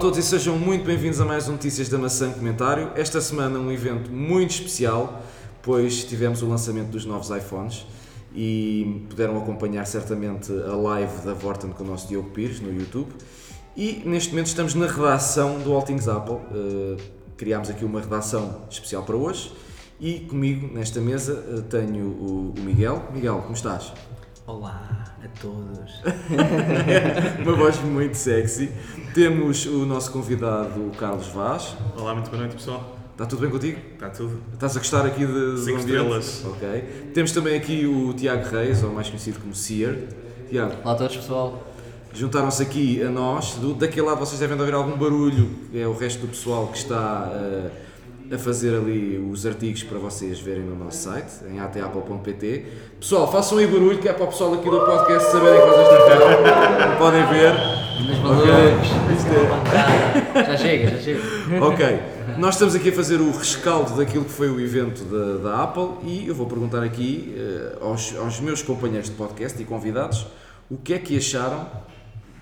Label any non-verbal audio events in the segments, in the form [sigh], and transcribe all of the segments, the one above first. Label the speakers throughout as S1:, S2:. S1: todos e sejam muito bem-vindos a mais um Notícias da Maçã Comentário. Esta semana um evento muito especial, pois tivemos o lançamento dos novos iPhones e puderam acompanhar certamente a live da Vorten com o nosso Diogo Pires no YouTube. E neste momento estamos na redação do All Things Apple. Uh, criámos aqui uma redação especial para hoje e comigo nesta mesa uh, tenho o, o Miguel. Miguel, como estás?
S2: Olá a todos.
S1: [laughs] Uma voz muito sexy. Temos o nosso convidado, o Carlos Vaz.
S3: Olá, muito boa noite pessoal.
S1: Está tudo bem contigo?
S3: Está tudo?
S1: Estás a gostar aqui de. do
S3: Cinco
S1: ambiente?
S3: estrelas.
S1: Ok. Temos também aqui o Tiago Reis, ou mais conhecido como Sear. Tiago,
S2: Olá a todos, pessoal.
S1: juntaram-se aqui a nós. Do, daquele lado vocês devem ouvir algum barulho, é o resto do pessoal que está eh, a fazer ali os artigos para vocês verem no nosso site, em atapple.pt. Pessoal, façam aí barulho, que é para o pessoal aqui do podcast saberem que vocês estão. Podem ver.
S2: Meus malucos. Já chega, já chega.
S1: Ok, nós estamos aqui a fazer o rescaldo daquilo que foi o evento da, da Apple e eu vou perguntar aqui eh, aos, aos meus companheiros de podcast e convidados o que é que acharam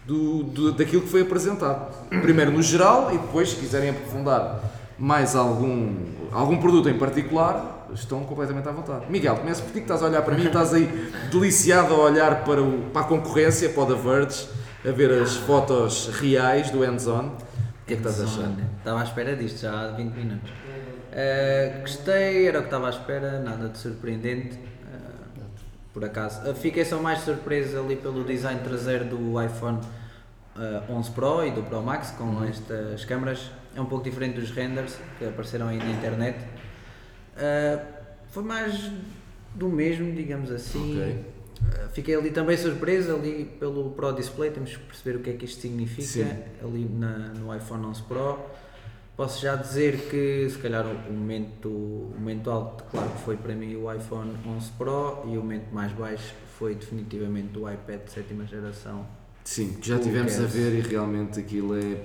S1: do, do- daquilo que foi apresentado. Primeiro no geral e depois, se quiserem aprofundar mais algum, algum produto em particular, estão completamente à vontade. Miguel, começo por ti que estás a olhar para mim, estás aí deliciado a olhar para, o- para a concorrência, para o da Verge, a ver as fotos reais do hands-on. O que é que estás a achar?
S2: Estava à espera disto já há 20 minutos. Eh, gostei, era o que estava à espera, nada de surpreendente. eh, por acaso. Eh, Fiquei só mais surpreso ali pelo design traseiro do iPhone eh, 11 Pro e do Pro Max com estas câmaras. É um pouco diferente dos renders que apareceram aí na internet. Eh, foi mais do mesmo, digamos assim.
S1: Ok.
S2: Eh, Fiquei ali também surpreso ali pelo Pro Display, temos que perceber o que é que isto significa
S1: Sim.
S2: ali na- no iPhone 11 Pro. Posso já dizer que se calhar o o momento, o momento alto, claro que foi para mim o iPhone 11 Pro e o momento mais baixo foi definitivamente o iPad de sétima geração.
S1: Sim, que já
S2: O
S1: tivemos a
S2: Cavs.
S1: ver e realmente aquilo é.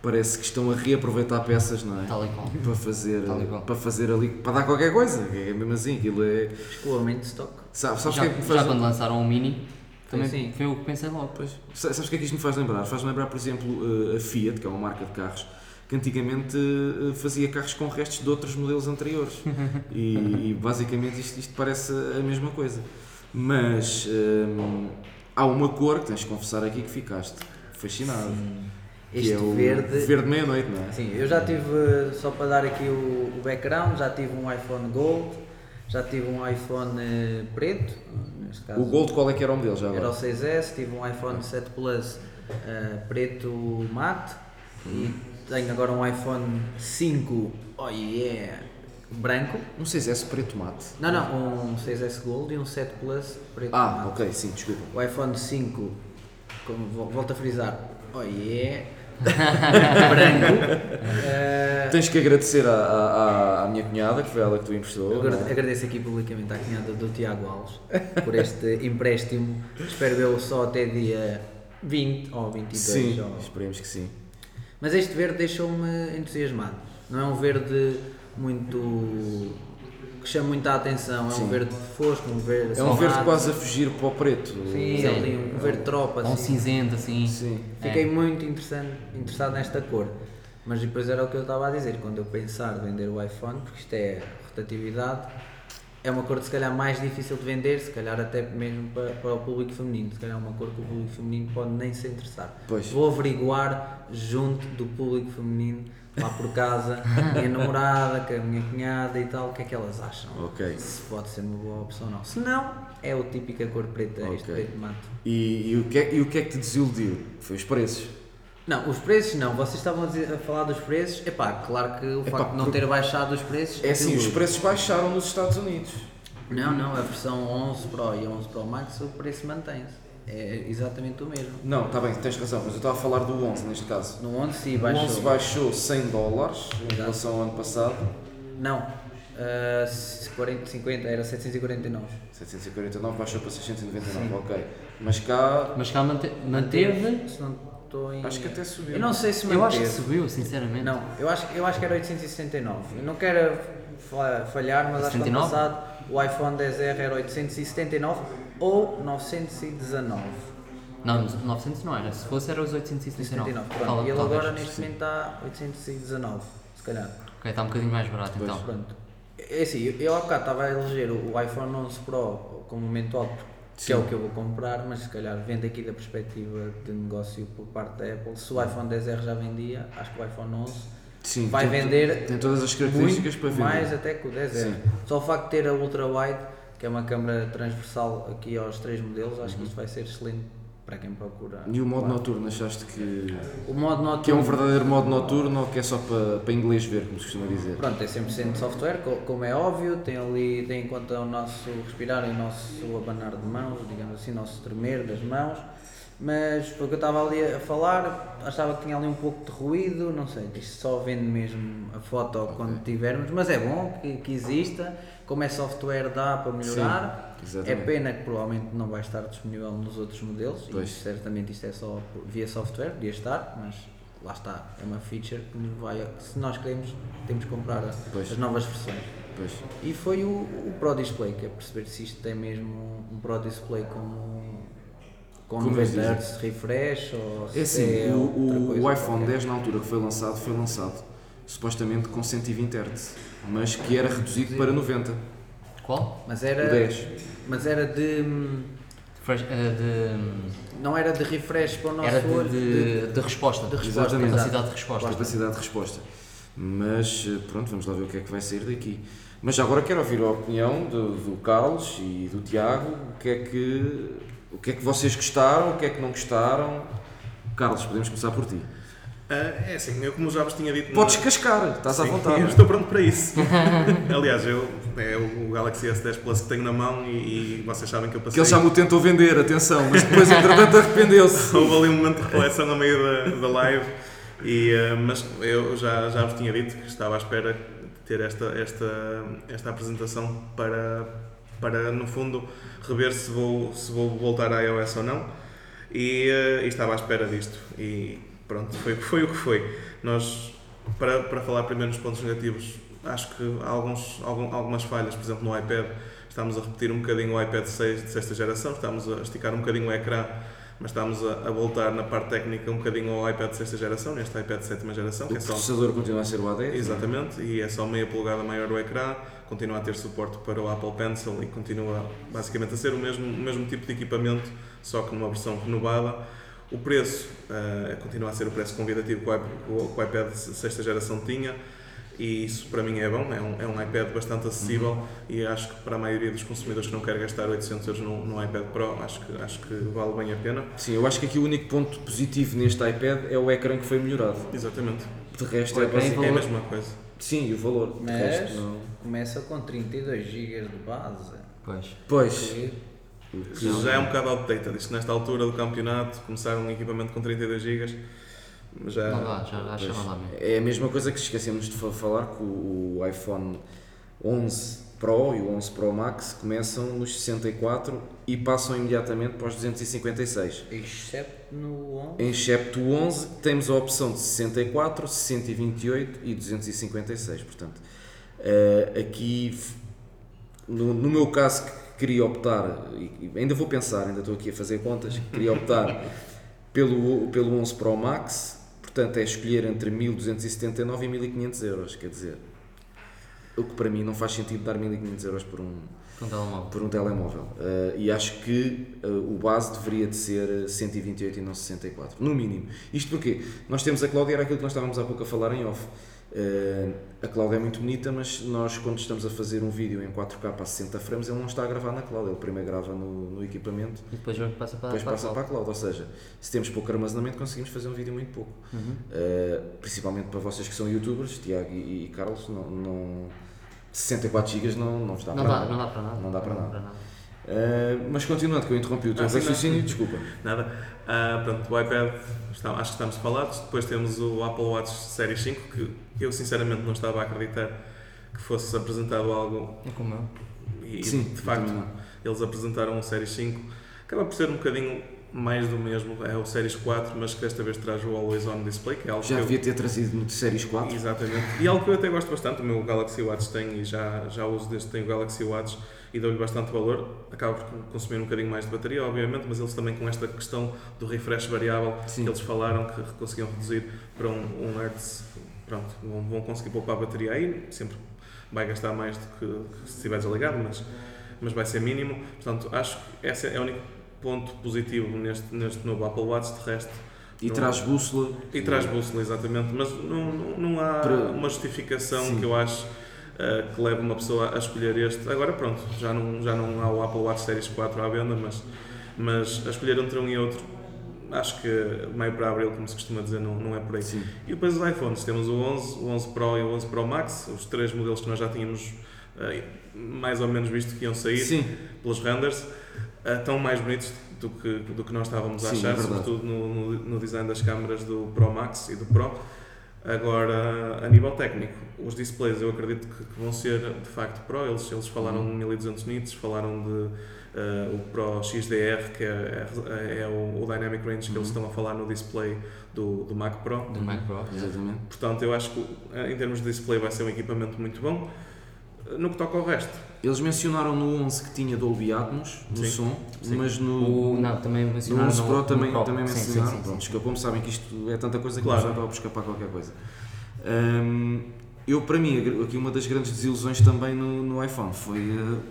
S1: Parece que estão a reaproveitar peças, não é?
S4: Tal e qual.
S1: Para fazer,
S4: Tal e qual.
S1: para fazer ali, para dar qualquer coisa, que é mesmo assim, aquilo é.
S2: Escoamento de stock.
S1: Sabe, sabes o
S4: já,
S1: que é que me
S4: já
S1: faz.
S4: quando lançaram o Mini, também
S2: Foi assim.
S4: foi o que pensei logo.
S1: Pois, sa- sabes o que é que isto me faz lembrar? Faz lembrar, por exemplo, eh, a Fiat, que é uma marca de carros, que antigamente eh, fazia carros com restos de outros modelos anteriores.
S4: [laughs]
S1: e, e, basicamente isto, isto parece a mesma coisa. Mas hum, há uma cor que tens de confessar aqui que ficaste fascinado. que
S2: Este
S1: é o
S2: verde.
S1: Verde meia-noite, não é?
S2: Sim, Assim, eu já tive, só para dar aqui o, o background, já tive um iPhone Gold, já tive um iPhone eh, preto, neste caso
S1: O Gold, qual é que era o modelo já
S2: Era o
S1: agora?
S2: 6S, tive um iPhone 7 Plus eh, preto mate
S1: Uhum.
S2: e tenho agora um iPhone 5, oh yeah, branco.
S1: Não sei se é preto mate.
S2: Não, não, um 6S Gold e um 7 Plus preto
S1: Ah,
S2: mate.
S1: ok, sim, desculpa.
S2: O iPhone 5, como vol- volto a frisar, oh yeah, branco. Eh,
S1: Tens que agradecer à, à- à- à minha cunhada, que foi ela que tu emprestou.
S2: Agra-
S1: não é?
S2: Agradeço aqui publicamente à cunhada do Tiago Alves
S1: [laughs]
S2: por este empréstimo. Espero eu só até dia 20 ou 22.
S1: Sim,
S2: ou-
S1: esperemos que sim.
S2: Mas este verde deixou-me entusiasmado. Não é um verde muito. que chama muita atenção. É
S1: Sim.
S2: um verde fosco, um verde.
S1: É um verde
S2: somado.
S1: quase a fugir para o preto.
S2: Sim,
S4: Sim.
S2: ali, um verde tropa.
S4: Dá um
S2: Assim.
S4: cinzento assim.
S1: Sim.
S2: Fiquei muito interessante, interessado nesta cor. Mas depois era o que eu estava a dizer, quando eu pensar vender o iPhone, porque isto é rotatividade, é uma cor que se calhar mais difícil de vender, se calhar até mesmo para, para o público feminino. Se calhar é uma cor que o público feminino pode nem se interessar.
S1: Pois.
S2: Vou averiguar junto do público feminino, lá por casa, minha namorada, com a minha cunhada e tal, o que é que elas acham.
S1: Ok.
S2: Se pode ser uma boa opção ou não. Se não, é o típica cor preta, este
S1: Ok.
S2: preto mato.
S1: E, e o que é, e o que é que te desiludiu? Foi os preços.
S2: Não, os preços não. Vocês estavam a, dizer- a falar dos preços. Epá, claro que o
S1: Epá,
S2: facto de não
S1: porque-
S2: ter baixado os preços.
S1: É assim, os
S2: desilude.
S1: preços baixaram nos Estados Unidos.
S2: Não, não, a versão 11 Pro e a 11 Pro Max, o preço mantém-se. É exatamente o mesmo.
S1: Não, está bem, tens razão, mas eu estava a falar do 11 neste caso.
S2: No 11 sim,
S1: O
S2: baixou.
S1: 11 baixou 100 dólares em relação ao ano passado,
S2: Não, ah, se- 40, 50, era 749.
S1: 749 baixou para 699, ok. Mas cá
S4: Mas cá mante- manteve.
S2: Se não estou em...
S1: acho que até subiu.
S2: Eu não sei se manteve.
S4: Eu acho que subiu, sinceramente.
S2: Não, eu acho, eu acho que era 869. Eu não quero fa- falhar, mas acho que ano
S4: 79?
S2: passado o iPhone 10R era 879 ou 919.
S4: Não, os 900 não era. Se fosse, era os 879.
S2: 79, pronto.
S4: Tal-
S2: e ele
S4: talvez.
S2: agora neste momento está 819, se calhar.
S4: Ok, está um bocadinho mais barato então.
S2: Pronto. É assim, eu, eu há bocado estava a eleger o o iPhone 11 Pro como momento alto, que é o que eu vou comprar, mas se calhar vendo aqui da perspectiva de negócio por parte da Apple, se o iPhone 10R já vendia, acho que o iPhone 11
S1: Sim,
S2: vai
S1: tem-
S2: vender
S1: Tem todas as características para
S2: muito
S1: vender.
S2: mais até que o 10R.
S1: Sim.
S2: Só o facto de ter a ultra wide, que é uma câmera transversal aqui aos três modelos, acho que isto vai ser excelente para quem procura.
S1: Uhum. E o modo noturno, achaste que,
S2: O modo noturno
S1: que é um verdadeiro modo noturno ou que é só para, para inglês ver, como se costuma dizer?
S2: Pronto, é 100% software, co- como é óbvio, tem ali, tem em conta o nosso respirar e o nosso abanar de mãos, digamos assim, o nosso tremer das mãos, mas pelo que eu estava ali a falar, achava que tinha ali um pouco de ruído, não sei, isto só vendo mesmo a foto quando tivermos, mas é bom que, que exista, como é software dá para melhorar,
S1: Sim,
S2: é
S1: exatamente.
S2: pena que provavelmente não vai estar disponível nos outros modelos,
S1: Pois.
S2: e certamente isto é só por- via software, podia estar, mas lá está, é uma feature que nos vai, se nós queremos, temos que comprar a-
S1: Pois.
S2: as novas versões.
S1: Pois.
S2: E foi o, o Pro Display, que é perceber se isto tem mesmo um Pro Display como, como
S1: Como eles
S2: 90 Hz refresh ou se
S1: É assim,
S2: é
S1: o,
S2: outra
S1: o-
S2: coisa
S1: o iPhone
S2: qualquer.
S1: 10 na altura que foi lançado, foi lançado supostamente com 120 Hz, mas que era reduzido para 90.
S4: Qual?
S2: Mas era,
S1: O 10.
S2: mas era de. hum,
S4: Fresh- eh, de, hum,
S2: Não era de refresh para o nosso
S4: era de,
S2: olho.
S4: de, de resposta.
S2: de resposta,
S1: Exatamente.
S2: exato.
S4: Capacidade de resposta.
S1: Capacidade de resposta. Mas eh, pronto, vamos lá ver o que é que vai sair daqui. Mas já agora quero ouvir a opinião do, do Carlos e do Tiago, o que, é que, o que é que vocês gostaram, o que é que não gostaram. Carlos, podemos começar por ti.
S3: Ah, é assim, eu como já vos tinha dito.
S1: Podes
S3: na-
S1: cascar, estás à
S3: Sim,
S1: vontade.
S3: [laughs] Eu estou pronto para
S1: [laughs]
S3: isso. Aliás, eu, é o Galaxy S10 Plus que tenho na mão e, e vocês sabem que eu
S1: Que
S3: passei.
S1: ele já me o tentou vender, atenção, mas depois entretanto arrependeu-se.
S3: [laughs] Houve ali um momento de reflexão no meio da, da live, e, ah, mas eu já, já vos tinha dito que estava à espera de ter esta, esta, esta apresentação para, para, no fundo, rever se vou, se vou voltar à iOS ou não. E, ah, e estava à espera disto. E pronto, foi, foi o que foi. Nós, para, para falar primeiro nos pontos negativos, acho que há alguns, algum- algumas falhas, por exemplo, no iPad. Estamos a repetir um bocadinho o iPad 6 de sexta geração, estamos a esticar um bocadinho o ecrã mas estamos a, a voltar na parte técnica um bocadinho ao iPad de sexta geração, neste iPad de sétima geração,
S1: O
S3: que é só.
S1: processador continua a ser o A10.
S3: Exatamente, e é só meia polegada maior o ecrã, continua a ter suporte para o Apple Pencil e continua basicamente a ser o mesmo, o mesmo tipo de equipamento, só que numa versão renovada. O preço eh, continua a ser o preço convidativo que o, iP- que o- que o iPad de sexta geração tinha, e isso para mim é bom, é um, é um iPad bastante acessível e acho que para a maioria dos consumidores que não quer gastar 800 euros num, num iPad Pro, acho que, acho que vale bem a pena.
S1: Sim, eu acho que aqui o único ponto positivo neste iPad é o ecrã que foi melhorado.
S3: Exatamente.
S1: De resto
S4: O
S1: é
S4: ecrã e
S1: basic-
S3: É a
S4: valor.
S3: mesma coisa.
S1: Sim, e o valor. De
S2: Mas-
S1: resto, não.
S2: Começa com 32 GB de base.
S4: Pois.
S1: Pois,
S3: Já é um bocado outdated. Isto nesta altura do campeonato, começar um equipamento com 32 GB, já.
S4: Não dá, já acho que não dá mesmo.
S1: é a mesma coisa que esquecemos de fa- falar que o o iPhone 11 Pro e o 11 Pro Max começam nos 64 e passam imediatamente para os 256.
S2: Excepto no 11.
S1: Excepto o 11, temos a opção de 64, 128 e 256. Portanto, eh, aqui, f- no, no meu caso, que queria optar, e e ainda vou pensar, ainda estou aqui a fazer contas, queria optar pelo, pelo 11 Pro Max, portanto, é escolher entre 1279 e 1500 euros. Quer dizer, o que para mim não faz sentido dar 1500 euros por um,
S4: Com telemóvel.
S1: por um telemóvel. Eh, e acho que eh, o base deveria de ser eh, 128 e não 64, no mínimo. Isto porque nós temos a Cláudia, era aquilo que nós estávamos há pouco a falar em off. Eh, a Cláudia é muito bonita, mas nós quando estamos a fazer um vídeo em 4K a 60 frames, ele não está a gravar na Cláudia, ele primeiro grava no, no equipamento,
S4: E depois passa para,
S1: depois
S4: para a
S1: passa para a Cláudia. Ou seja, se temos pouco armazenamento, conseguimos fazer um vídeo muito pouco.
S4: Uhum.
S1: Eh, principalmente para vocês que são youtubers, Tiago e, e Carlos, não, não- 64 GB não, não vos dá
S4: Não
S1: para
S4: dá,
S1: nada.
S4: não dá para nada.
S1: Não dá para nada.
S4: nada.
S1: Uh, mas continuando, que eu interrompi o teu
S3: Ah, sim,
S1: raciocínio, desculpa.
S3: Nada. Ah, pronto, o iPad, está- acho que estamos falados. Depois temos o Apple Watch Série 5, que eu sinceramente não estava a acreditar que fosse apresentado algo.
S4: É como eu.
S3: E
S1: Sim,
S3: de facto,
S1: também não.
S3: eles apresentaram o Série 5. Acaba por ser um bocadinho mais do mesmo. É o Series 4, mas que desta vez traz o Always On Display, que é algo
S1: Já
S3: que eu-
S1: devia ter trazido no Series 4.
S3: Exatamente. E algo que eu até gosto bastante, o meu Galaxy Watch tem e já, já uso desde que tenho o Galaxy Watch e dou-lhe bastante valor. Acabo por consumir um bocadinho mais de bateria, obviamente, mas eles também com esta questão do refresh variável
S1: Sim.
S3: que eles falaram que conseguiam reduzir para um, um Hertz, pronto, vão, vão conseguir poupar a bateria aí, sempre vai gastar mais do que, que se estiver desligado, mas, mas vai ser mínimo. Portanto, acho que esse é o único ponto positivo neste, neste novo Apple Watch, de resto.
S1: E
S3: não-
S1: traz bússola. Eh,
S3: e traz bússola, exatamente, mas não, não, não há
S1: Para-
S3: uma justificação
S1: Sim.
S3: que eu acho eh, que leve uma pessoa a escolher este. Agora pronto, já não, já não há o Apple Watch Series 4 à venda, mas, mas a escolher entre um e outro, acho que meio para abril, como se costuma dizer, não, não é por aí.
S1: Sim.
S3: E depois os iPhones, temos o 11, o 11 Pro e o 11 Pro Max, os três modelos que nós já tínhamos eh, mais ou menos visto que iam sair
S1: Sim.
S3: pelos renders, ah, tão mais bonitos do que, do que nós estávamos a
S1: Sim, é
S3: achar,
S1: verdade.
S3: sobretudo no, no- no design das câmaras do Pro Max e do Pro. Agora, a nível técnico, os displays eu acredito que, que vão ser de facto Pro, eles, eles falaram
S1: Uhum.
S3: de 1200 nits, falaram de ah, o Pro XDR, que é, é- é o, o Dynamic Range
S1: Uhum.
S3: que eles estão a falar no display do, do Mac Pro.
S4: Do Mac Pro.
S1: Exatamente.
S3: Portanto, eu acho que ah, em termos de display vai ser um equipamento muito bom. Eh, No que toca ao resto,
S1: Eles mencionaram no 11 que tinha Dolby Atmos no
S3: Sim.
S1: som,
S3: Sim.
S1: mas
S4: O,
S1: no,
S4: não, também
S1: no
S4: mencionaram.
S1: 11
S4: no-
S1: Pro
S4: no
S1: também,
S4: Pro.
S1: também
S4: Sim, sim,
S1: mencionaram.
S4: sim, sim.
S1: Pronto, escapou-me, sabem que isto é tanta coisa que
S3: Claro.
S1: não dá para escapar qualquer coisa. Hum, eu, para mim, a- aqui uma das grandes desilusões também no, no iPhone foi eh,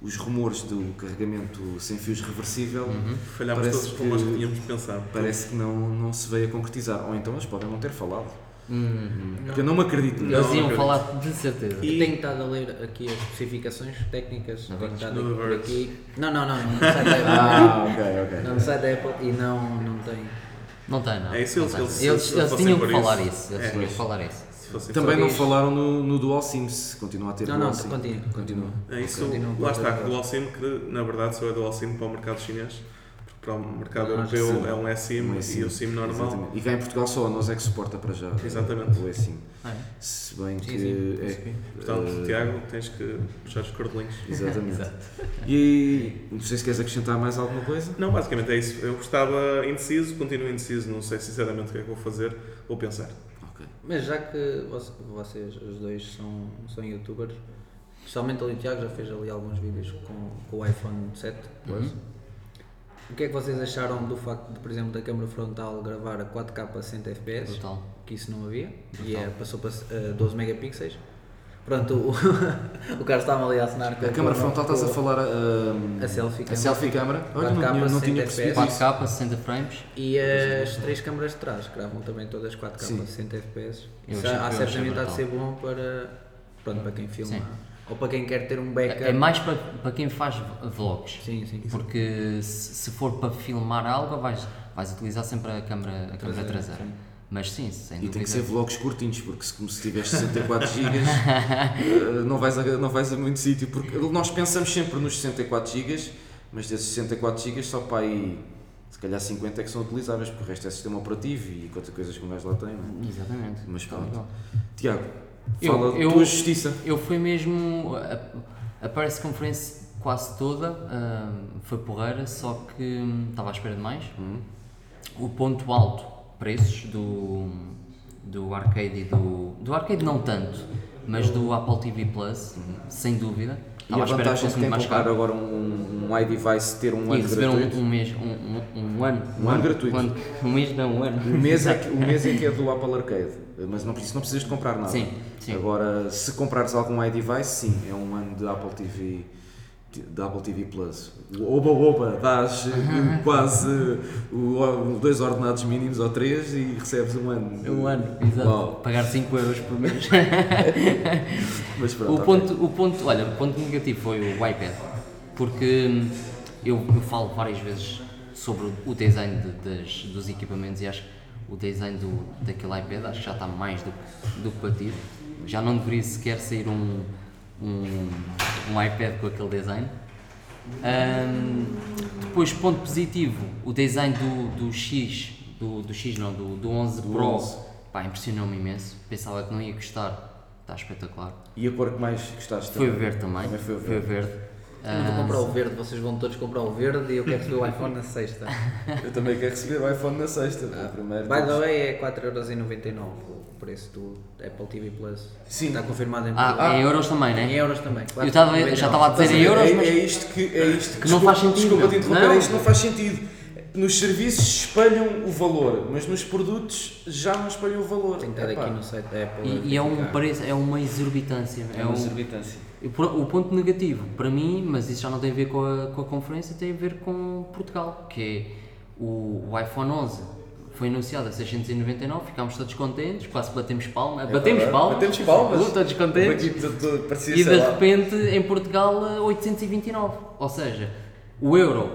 S1: os rumores do carregamento sem fios reversível.
S3: Uhum. falhámos
S1: Parece
S3: todos os
S1: que-
S3: problemas que tínhamos pensado.
S1: Parece que não, não se veio a concretizar. Ou então eles podem não ter falado.
S4: Hum,
S1: Porque eu não me acredito.
S3: Não,
S4: Eles iam
S3: acredito.
S4: falar de certeza.
S3: E-
S2: Eu tenho estado a ler aqui as especificações técnicas.
S4: Na
S2: Tenho
S4: Verge.
S2: estado
S3: Na
S2: aqui, por
S3: Verge.
S2: aqui. Não, não, não, não, não
S1: [laughs]
S2: sai da Apple.
S1: Ah, ok, ok.
S2: Não, não sai da Apple e não, não tem.
S4: Não tem, não.
S3: É isso,
S4: Não
S3: eles-
S4: tem. eles,
S3: eles- eles
S4: eles
S3: fossem
S4: tinham
S3: por
S4: que falar
S3: isso.
S4: isso. Eles
S3: É.
S4: tinham que falar isso.
S3: Se fosse
S1: Também não
S2: Sobre isso.
S1: falaram no, no Dual Sims. Continua a ter
S2: Não,
S1: Dual
S2: não,
S1: Sim.
S2: continua.
S1: Continua. um
S3: É isso,
S2: Continua com
S3: lá
S2: a
S3: está,
S2: outra
S3: dual SIM, que na verdade só é dual SIM para o mercado chinês, porque para o mercado
S2: Acho que
S3: europeu
S1: Ah, sim.
S3: é um SIM
S1: Um
S3: e o SIM normal.
S1: Exatamente. E cá em Portugal só a nós é que suporta para já
S3: Exatamente.
S1: o eSIM.
S4: Ah, é?
S1: Se bem que
S2: Sim, sim,
S1: é.
S2: percebi.
S3: Portanto,
S1: eh,
S3: Tiago, tens que puxar os cordelinhos.
S1: Exatamente. E não sei se queres acrescentar mais alguma coisa.
S3: Não, basicamente é isso. Eu estava indeciso, continuo indeciso, não sei sinceramente o que é que vou fazer, vou pensar.
S1: Ok.
S2: Mas já que voc- vocês, os dois, são, são youtubers, especialmente ali o Tiago já fez ali alguns vídeos com, com o iPhone 7
S1: Uhum.
S2: Plus. O que é que vocês acharam do facto de, por exemplo, da câmera frontal gravar a 4K a 100 FPS?
S4: Brutal.
S2: Que isso não havia. E é, passou para eh, 12 megapixels. Pronto, o, [laughs] o Carlos estava ali a assinar com
S1: A câmara
S2: com-
S1: frontal
S2: com-
S1: estás a falar. eh,
S2: A selfie
S1: A
S2: camera.
S1: selfie câmara. Olha, não
S2: 4K,
S1: tinha, não tinha
S2: 60
S1: percebido isso.
S4: 4K, 60 frames.
S2: E as três câmaras de trás gravam também todas 4K
S1: Sim.
S2: a 60 FPS.
S4: Eu
S2: Isso
S4: achei- eu
S2: há
S4: achei
S2: certamente há de
S4: brutal.
S2: ser bom para, pronto, para quem filma
S4: Sim.
S2: ou para quem quer ter
S4: É,
S2: um backup.
S4: é mais para, para quem faz vlogs.
S2: Sim, sim.
S4: Porque se, se for para filmar algo, vais, vais utilizar sempre a câmera, a câmera
S2: Traseira,
S4: traseira.
S2: sim.
S4: Mas sim, sem
S1: E
S4: dúvida.
S1: tem que ser vlogs curtinhos, porque se, como se tiveres 64 GB, eh, não, vais a, não vais a muito sítio. Porque nós pensamos sempre nos 64 GB, mas desses 64 GB só para aí, se calhar 50 é que são utilizáveis, porque o resto é sistema operativo e quantas coisas que um gajo lá tem. não é?
S4: Exatamente.
S1: Mas
S4: Tá
S1: pronto.
S4: legal.
S1: Tiago,
S4: Eu-
S1: fala
S4: eu-
S1: tua justiça.
S4: Eu fui mesmo. A, a press conference quase toda ahm, foi porreira, só que hum, estava à espera de mais. O ponto alto, preços do, do arcade e do. Do arcade não tanto, mas do Apple TV Plus, sem dúvida.
S1: E a
S4: Estava à espera que
S1: vantagem de
S4: fosse
S1: quem
S4: muito mais
S1: comprar
S4: caro.
S1: agora um, um iDevice ter um
S4: E
S1: ano
S4: receberam
S1: gratuito.
S4: um, um mês, um, um, um ano.
S1: Um ano gratuito.
S4: Um, ano- um mês não, um ano.
S1: O mês, é que, o mês é que é do Apple Arcade, mas não, isso não precisas de comprar nada.
S4: Sim, sim.
S1: Agora, se comprares algum iDevice, sim, é um ano de Apple TV, de Apple TV Plus. Oba, oba, dás eh, quase eh, o- dois ordenados mínimos ou três e recebes um ano.
S4: Um ano, exato.
S1: Uau.
S4: Pagar 5 euros por
S1: [laughs]
S4: mês.
S1: Mas pronto,
S4: o,
S1: ok.
S4: ponto, o ponto, olha, o ponto negativo foi o iPad, porque hum, eu, eu falo várias vezes sobre o design de- das- dos equipamentos e acho que o design do, daquele iPad acho que já está mais do, que- do que batido. Já não deveria sequer sair um, um, um iPad com aquele design. Hum, depois, ponto positivo, o design do, do X, do, do X não, do, do 11 Pro,
S1: 11.
S4: pá, impressionou-me imenso. Pensava que não ia gostar, está espetacular.
S1: E a cor que mais gostaste?
S4: Foi
S1: também?
S4: verde também.
S1: Também foi
S4: Foi
S1: verde.
S4: verde.
S2: Eu não vou comprar
S4: Ah.
S2: o verde, vocês vão todos comprar o verde e eu quero receber o iPhone na sexta.
S1: Eu também quero receber o iPhone na sexta. o primeiro.
S2: By the way, é 4,99€ o preço do Apple TV Plus.
S1: Sim.
S2: Está confirmado em
S4: Ah,
S2: Portugal.
S4: em euros também, né?
S2: Em É euros também.
S4: Eu estava- já
S2: 4,99.
S4: estava a dizer
S1: Estás a
S4: em
S1: ver?
S4: euros,
S1: é,
S4: mas-
S1: é isto que, é isto que,
S4: Que não
S1: desculpa-
S4: faz sentido,
S1: Desculpa te
S4: meu.
S1: interromper, é
S4: Não.
S1: isto não faz sentido. Nos serviços espalham o valor, mas nos produtos já não espalham o valor.
S2: Tenho que estar
S1: Epá.
S2: aqui no site da Apple. a
S4: E, e é um
S2: verificar.
S4: preço, é uma exorbitância. É
S5: uma
S4: um,
S5: exorbitância.
S4: e por- o ponto negativo para mim, mas isso já não tem a ver com a, com a conferência, tem a ver com Portugal, que é o, o iPhone 11 foi anunciado a 699, ficámos todos contentes, quase batemos palma, batemos
S1: É verdade,
S4: palmas,
S1: batemos palmas. é
S4: uh, todos contentes.
S1: Aqui tu- tu- parecia,
S4: E
S1: sei
S4: de
S1: lá,
S4: repente em Portugal eh, 829. Ou seja, o euro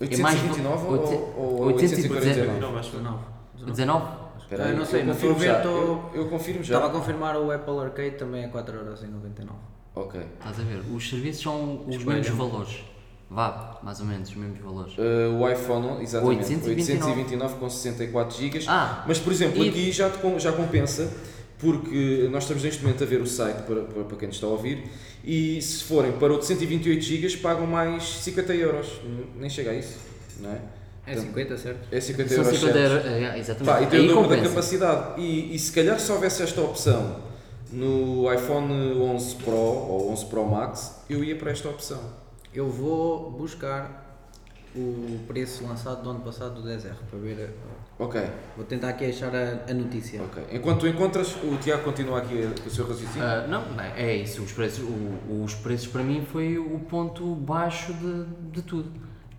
S4: é mais.
S1: 829 ou-
S4: oito-
S1: ou
S4: 819?
S1: 849?
S3: Não, acho que não.
S4: 19?
S1: Espera
S2: Ah,
S1: aí,
S2: não sei,
S1: eu
S2: no
S1: confirmo já.
S2: momento-
S1: Eu, eu confirmo já.
S2: Estava a confirmar o Apple Arcade também é 4,99€.
S1: Ok.
S4: Estás a ver? Os serviços são os
S2: Espelham.
S4: mesmos valores. Vá, mais ou menos, os mesmos valores.
S1: Eh, o iPhone, exatamente,
S4: 829.
S1: 829 com 64 GB.
S4: Ah,
S1: Mas, por exemplo,
S4: e-
S1: aqui já, te com- já compensa, porque nós estamos neste momento a ver o site para, para, para quem nos está a ouvir, e se forem para 828 GB, pagam mais 50 euros. N- Nem chega a isso, não é?
S2: É
S4: Então-
S1: Portanto,
S2: 50, certo?
S1: É 50
S4: São
S1: euros.
S4: 50
S1: certos.
S4: euros. eh, Exatamente.
S1: Pá, e tem
S4: Aí
S1: o dobro da
S4: compensa.
S1: capacidade. E, e se calhar se houvesse esta opção no iPhone 11 Pro ou 11 Pro Max, eu ia para esta opção.
S2: Eu vou buscar o preço lançado do ano passado do 10R para ver.
S1: Ok,
S2: Vou tentar aqui achar a, a notícia.
S1: ok. Enquanto tu encontras, o Tiago continua aqui a- com o seu raciocínio.
S4: Ah, não, não, é isso. Os preços, o- os preços para mim foi o ponto baixo de, de tudo.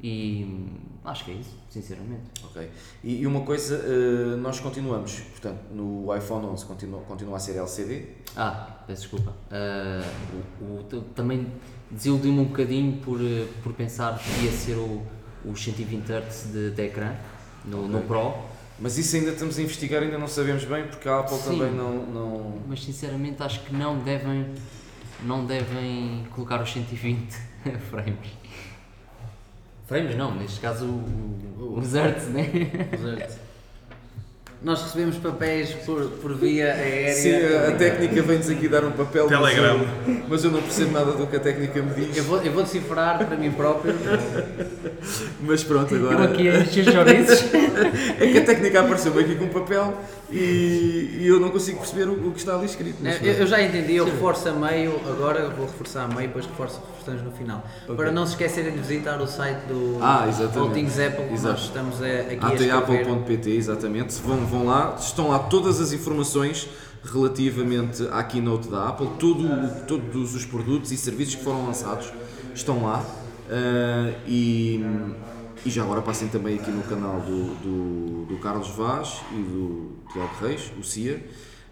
S4: E hum, acho que é isso, sinceramente.
S1: Ok. E, e uma coisa, eh, nós continuamos, portanto, no iPhone 11 continua, continua a ser LCD.
S4: Ah, peço desculpa. Ah, o- o- t- também desiludiu-me um bocadinho por, eh, por pensar que ia ser o, os 120 Hz de, de ecrã no, no
S1: Ok.
S4: Pro,
S1: Mas isso ainda estamos a investigar, ainda não sabemos bem, porque a Apple
S4: Sim.
S1: também não. não...
S4: mas sinceramente acho que não devem, não devem colocar os 120 [laughs] frames. Frames não, neste caso o- o- os hertz, né?
S1: [laughs]
S2: Certo. Nós recebemos papéis por, por via aérea.
S1: Sim, a, a técnica vem-nos aqui dar um papel. mas
S3: Telegram.
S1: eu- Mas eu não percebo nada do que a técnica me
S2: Eu
S1: diz.
S2: vou, eu vou decifrar para mim próprio.
S1: Mas pronto,
S4: Eu
S1: agora.
S4: aqui a encher chouriços.
S1: É que a técnica apareceu aqui com um papel e, e eu não consigo perceber o, o que está ali escrito. mas
S2: É, Eu,
S1: pronto.
S2: eu já entendi, eu reforço a meio, agora eu vou reforçar a meio, depois reforço, reforçamos no final. Para não se esquecerem de visitar o site do
S1: Ah, exatamente.
S2: All Things Apple, que
S1: Exato.
S2: nós estamos é, aqui a escrever.
S1: ATApple.pt, exatamente. Vão, vão lá, estão lá todas as informações relativamente à keynote da Apple, todo, o- todos os produtos e serviços que foram lançados estão lá. Ah, e, e já agora passem também aqui no canal do, do, do Carlos Vaz e do Tiago Reis, o CIA.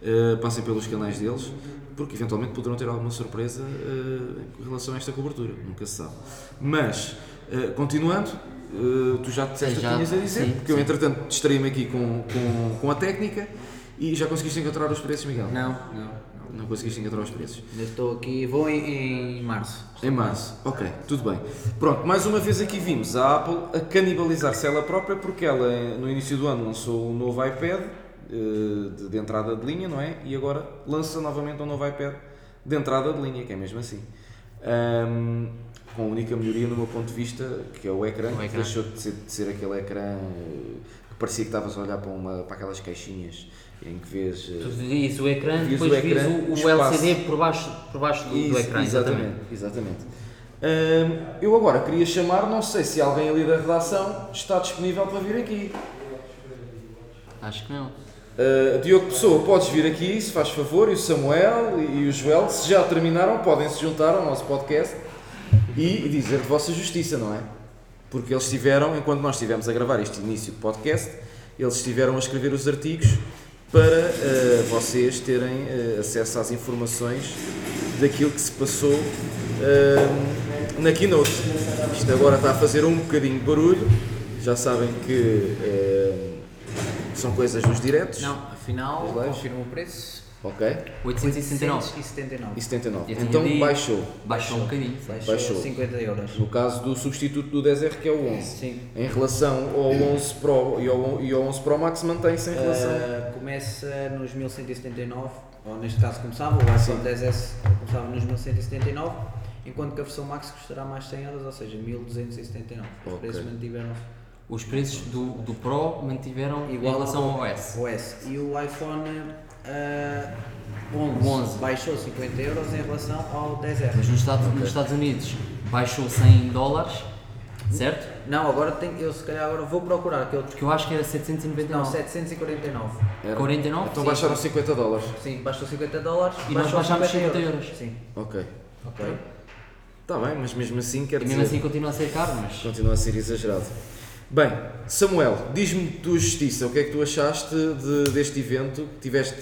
S1: Ah, passem pelos canais deles, porque eventualmente poderão ter alguma surpresa ah, em relação a esta cobertura, nunca se sabe. Mas, ah, continuando, ah, tu já te disseste o que
S4: já-
S1: tinhas a dizer,
S4: sim,
S1: porque eu entretanto distraí-me aqui com, com, com a técnica e já conseguiste encontrar os preços, Miguel?
S2: Não, não, não.
S1: Não conseguiste encontrar os preços.
S2: Ainda estou aqui, vou em, em março.
S1: Em março, ok, tudo bem. Pronto, mais uma vez aqui vimos a Apple a canibalizar-se ela própria porque ela eh, no início do ano lançou um novo iPad eh, de, de entrada de linha, não é? E agora lança novamente um novo iPad de entrada de linha, que é mesmo assim. Ahm, com a única melhoria, no meu ponto de vista, que é o ecrã,
S4: O
S1: que
S4: ecrã.
S1: deixou de ser, de ser aquele ecrã eh, que parecia que estavas a olhar para, uma, para aquelas caixinhas em que vês. eh,
S4: Tu vises o ecrã,
S1: Vises
S4: depois
S1: o ecrã,
S4: vises o, o
S1: espaço.
S4: LCD por baixo, por baixo do, do
S1: Ex-
S4: ecrã. Exatamente.
S1: exatamente. Hum, eu agora queria chamar, não sei se alguém ali da redação está disponível para vir aqui.
S4: Acho que não.
S1: Uh, Diogo Pessoa, podes vir aqui, se faz favor, e o Samuel e e o Joel, se já terminaram, podem se juntar ao nosso podcast e dizer de vossa justiça, não é? Porque eles estiveram, enquanto nós estivemos a gravar este início de podcast, eles estiveram a escrever os artigos para uh, vocês terem uh, acesso às informações daquilo que se passou uh, na keynote. Isto agora está a fazer um bocadinho de barulho, já sabem que uh, são coisas dos diretos.
S2: Não, afinal,
S1: Os lives?
S2: confirmo o preço.
S1: Ok.
S4: 869.
S2: 179.
S1: E 79.
S4: Eu
S1: então
S4: entendi.
S1: baixou.
S4: Baixou um bocadinho.
S2: Baixou,
S1: Baixou.
S2: 50 euros.
S1: No caso do substituto do 10R, que é o 11.
S2: Sim.
S1: Em relação ao 11 Pro e ao, e ao 11 Pro Max, mantém-se em relação.
S4: Eh,
S2: Ah, começa nos 1179, ou neste caso começava, o iPhone 10S começava nos 1179 enquanto que a versão Max custará mais 100 euros, ou seja, 1279. Os
S1: Ok.
S2: preços mantiveram
S4: Os preços do, do Pro mantiveram
S2: Igual
S4: em relação ao S.
S2: o S. E o iPhone ah, 11,
S4: 11.
S2: baixou 50 euros em relação ao 10R.
S4: Mas nos Estados, nos Estados Unidos baixou 100 dólares, certo?
S2: Não, agora tem, eu se calhar agora vou procurar, que eu
S4: Porque eu acho que era
S2: não,
S4: 799.
S2: 749.
S1: Era.
S4: 49?
S1: Então
S4: Sim.
S1: baixaram 50 dólares.
S2: Sim, baixou 50 dólares.
S4: E nós
S2: baixou
S4: baixámos 50 euros.
S2: Sim.
S1: Ok.
S2: Ok.
S1: Está bem, mas mesmo assim quer
S4: E
S1: dizer.
S4: mesmo assim continua a ser caro, mas
S1: Continua a ser exagerado. Bem, Samuel, diz-me tua justiça, o que é que tu achaste de- deste evento? Tiveste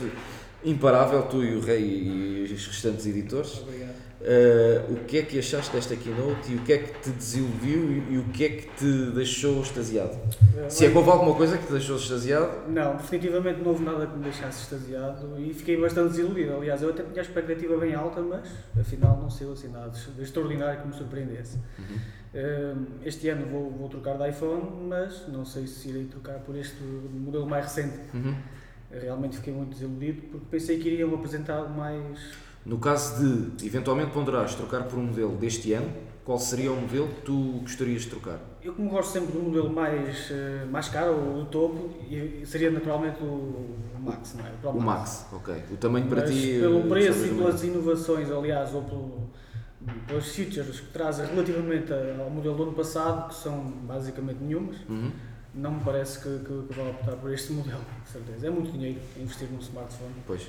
S1: imparável, tu e o Rei e os restantes editores. Eh, o que é que achaste desta keynote e o que é que te desiludiu e, e o que é que te deixou extasiado? Se é que houve alguma coisa que te deixou extasiado,
S5: Não, definitivamente não houve nada que me deixasse extasiado e fiquei bastante desiludido. Aliás, eu até tinha a expectativa bem alta, mas afinal não saiu assim nada de extraordinário que me surpreendesse.
S1: Uhum.
S5: Hum, este ano vou, vou trocar de iPhone, mas não sei se irei trocar por este modelo mais recente.
S1: Uhum.
S5: Realmente fiquei muito desiludido porque pensei que iriam apresentar algo mais.
S1: no caso de eventualmente ponderares trocar por um modelo deste ano, qual seria o modelo que tu gostarias de trocar?
S5: Eu, como gosto sempre do modelo mais, eh, mais caro, o do topo, e- e seria naturalmente o o Max, não é? Pro
S1: O Max, ok. O tamanho para
S5: Mas
S1: ti. eh,
S5: pelo preço
S1: sabes
S5: e
S1: do
S5: pelas inovações, aliás, ou pelo, pelas features que traz relativamente a- ao modelo do ano passado, que são basicamente nenhumas,
S1: Uhum.
S5: não me parece que, que, que vá optar por este [laughs] modelo, de certeza. É muito dinheiro investir num smartphone
S1: Pois.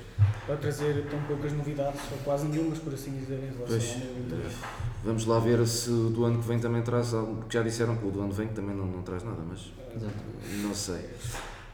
S5: para trazer tão poucas novidades, ou quase nenhumas, por assim dizer, em relação
S1: Pois,
S5: ao meu interesse.
S1: Vamos lá ver se o do ano que vem também traz algo. Porque já disseram que o do ano que vem também não, não traz nada, mas não sei.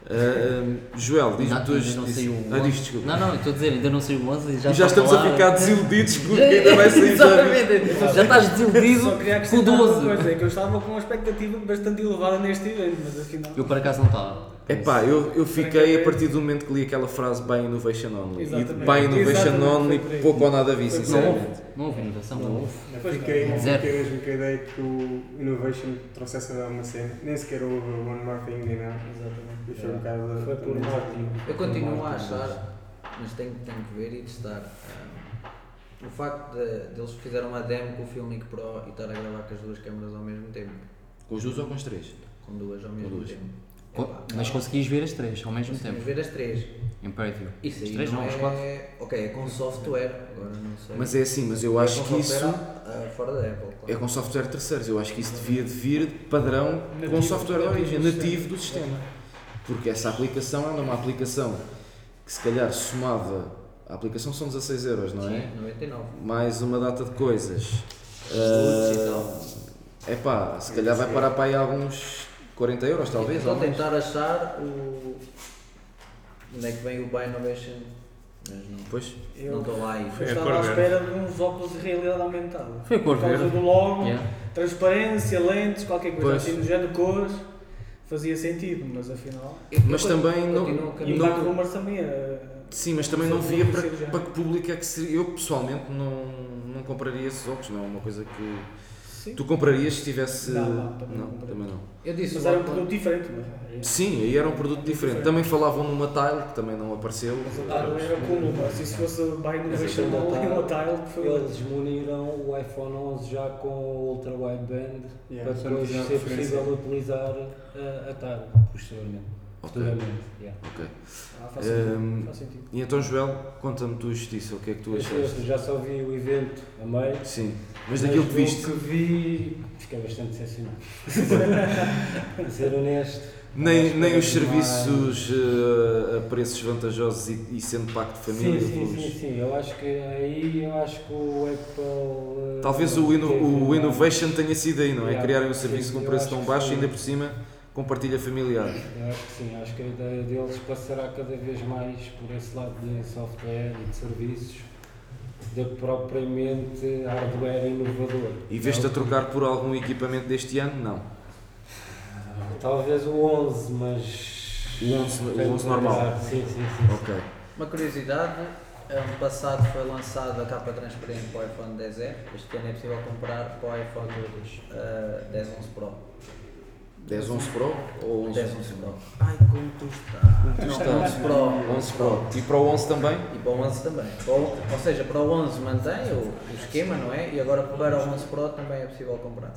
S1: Ah, hum, Joel, diz-me
S4: ainda
S1: tu.
S4: ainda não saiu o
S1: Ah,
S4: 11.
S1: diz, desculpa.
S4: Não, não, eu estou a dizer, ainda não saiu o 11 e já,
S1: E já
S4: está
S1: estamos a
S4: lá.
S1: ficar desiludidos
S4: [laughs]
S1: com o que ainda vai sair. já viste?
S4: Exatamente, já estás desiludido
S5: Só queria
S4: com o
S5: acrescentar uma
S4: 12.
S5: coisa, é que eu estava com uma expectativa bastante elevada neste evento, mas afinal...
S4: Eu por acaso não estava.
S1: Epá, eu, eu fiquei a partir do momento que li aquela frase Buy Innovation Only. E
S5: Exatamente.
S1: Buy Innovation
S5: Exatamente,
S1: Only
S5: foi por aí.
S1: pouco ou nada vi,
S4: Não
S1: sinceramente.
S4: houve, é não houve inovação, não houve.
S6: Eu fiquei,
S4: não.
S6: fiquei mesmo com a ideia que o Innovation trouxesse alguma cena. Nem sequer houve o One More Thing nem nada.
S5: Exatamente.
S6: Deixou um bocado.
S5: Foi por
S6: também-
S5: marketing.
S2: Eu continuo a achar, mas tenho, tenho que ver e testar. ah, o facto de, de eles fizeram uma demo com o Filmic Pro e estar a gravar com as duas câmaras ao mesmo tempo,
S1: Com os dois ou com os três?
S2: com duas ao mesmo
S1: duas.
S2: tempo.
S4: Co-
S2: Epá,
S4: Mas conseguis ver as três ao mesmo
S2: conseguimos
S4: tempo,
S2: ver as três.
S4: em preview.
S2: Isso
S4: as
S2: aí
S4: três
S2: não,
S4: não, as
S2: é...
S4: quatro.
S2: Ok, é com software, agora não sei.
S1: Mas é assim, mas eu acho que isso.
S2: ah, fora da Apple,
S1: É
S2: claro.
S1: com software terceiros. Eu acho que isso devia de vir de padrão com software de origem, nativo do sistema. Porque essa aplicação ela é uma aplicação que, se calhar, somada. A aplicação são 16 euros, não é?
S2: Sim, 99.
S1: Mais uma data de coisas.
S4: Luzes e tal.
S1: É pá, se calhar vai parar para aí alguns 40 euros, talvez.
S2: Estou
S1: ou
S2: a
S1: mais.
S2: tentar achar o. onde é que vem o Buy Innovation, mas não.
S1: Pois.
S5: Eu-
S2: Não estou lá aí.
S5: Eu
S3: É
S5: estava
S3: cor
S5: à
S3: verde.
S5: espera de uns óculos de realidade aumentada.
S4: Foi
S1: É
S4: cor
S5: Por causa
S4: verde.
S5: do logo,
S4: Yeah.
S5: transparência, lentes, qualquer coisa
S1: Pois.
S5: assim do género, cores. Fazia sentido, mas afinal. um
S1: Mas também não-
S5: E o
S1: não-
S5: Black Rumors também eh, era.
S1: Sim, mas também não
S5: Só
S1: via
S5: não
S1: para,
S5: consigo já.
S1: para que público é que seria. Eu pessoalmente não, não compraria esses óculos, não é uma coisa que.
S5: Sim.
S1: Tu comprarias se tivesse.
S5: Não, não, também não compraria.
S1: também não.
S2: Eu disse
S5: Mas
S2: o
S5: era um
S2: Apple-
S5: produto diferente, mas. é?
S1: Sim, aí era um produto diferente. Também falavam numa tile, que também não apareceu.
S5: Mas o
S7: Ah,
S5: Tile era como uma. Se isso fosse o Buy Innovation
S7: Mas aquele
S5: Mall e uma
S7: Tile,
S5: Tile, que foi outra.
S7: Eles muniram o iPhone 11 já com o Ultra Wideband
S6: Yeah,
S7: para
S4: é
S6: só
S7: depois
S6: não fizeram
S7: ser
S6: referência.
S7: é possível utilizar eh, a, a Tile posteriormente.
S1: Ok.
S7: Futuramente. Yeah.
S1: ok.
S5: Ah, faz sentido.
S1: Hum,
S5: Faz sentido.
S1: E então, Joel, conta-me tua justiça, o que é que tu
S7: Eu
S1: achaste?
S7: já só vi o evento a meio.
S1: Sim, mas daquilo que
S7: do
S1: viste,
S7: que vi, fiquei bastante
S1: [laughs]
S7: decepcionado. Para ser honesto.
S1: nem,
S7: Acho
S1: nem
S7: que
S1: os
S7: mais-
S1: serviços eh, a preços vantajosos e, e sendo pacto de
S7: Sim,
S1: família.
S7: sim,
S1: pelos-
S7: sim, sim. Eu acho que aí eu acho que o Apple. eh,
S1: Talvez o, ino-
S7: teve
S1: o
S7: uma-
S1: Innovation tenha sido aí, não é?
S7: Yeah.
S1: Criarem um serviço
S7: Sim,
S1: com
S7: eu
S1: preço
S7: acho
S1: tão
S7: que
S1: baixo e
S7: foi.
S1: ainda por cima com partilha familiar.
S7: Eu acho que sim, acho que a ideia deles passará cada vez mais por esse lado de software e de serviços do que propriamente hardware inovador.
S1: E veste a trocar por algum equipamento deste ano? Não.
S7: Talvez o 11, mas.
S1: O 11 o
S7: Tenho
S1: 11
S7: que
S1: normal.
S7: analisar. Sim, sim, sim.
S1: Ok.
S2: Uma curiosidade, é, ano passado foi lançada a capa transparente para o iPhone eh, 10R, este ano é possível comprar para o iPhone 10, 11 Pro.
S1: 10, 11 Pro ou 11?
S2: 10 11 Pro. Ai, como tu estás.
S1: tu
S2: Não,
S1: estás.
S2: 11 Pro.
S1: 11 Pro. E para o 11 também?
S2: E para o 11 também. Para o- ou seja, para o 11 mantém o, o esquema, não é? E agora para o 11 Pro também é possível comprar.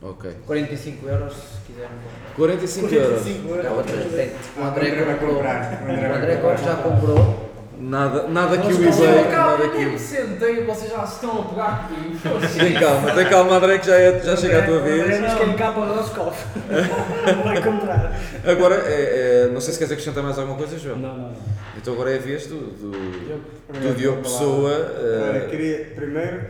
S1: Ok.
S2: 45 euros se quiserem comprar.
S1: 45 euros.
S2: Não, outra gente. O André
S4: André vai
S2: comprou.
S4: comprar. O André
S2: O
S4: vai
S2: André
S4: comprar.
S2: já comprou.
S1: Nada, nada que o
S5: Mas eu
S1: eBay.
S5: acabo,
S1: Nada
S5: eu
S1: que
S5: nem me
S1: o...
S5: sentei, vocês já se estão a pegar comigo.
S1: Tem calma, tem calma, André, que já, é- já chega à tua vez.
S3: Mas
S7: é
S3: que ele capa o Roscoff. [laughs] Vai comprar.
S1: Agora, é- é, não sei se queres acrescentar mais alguma coisa, João.
S8: Não, não, não.
S1: Então agora é a vez do, do, do
S4: Primeiro,
S1: Diogo
S4: vou falar.
S1: Pessoa.
S4: Olha,
S1: eh,
S4: queria, primeiro,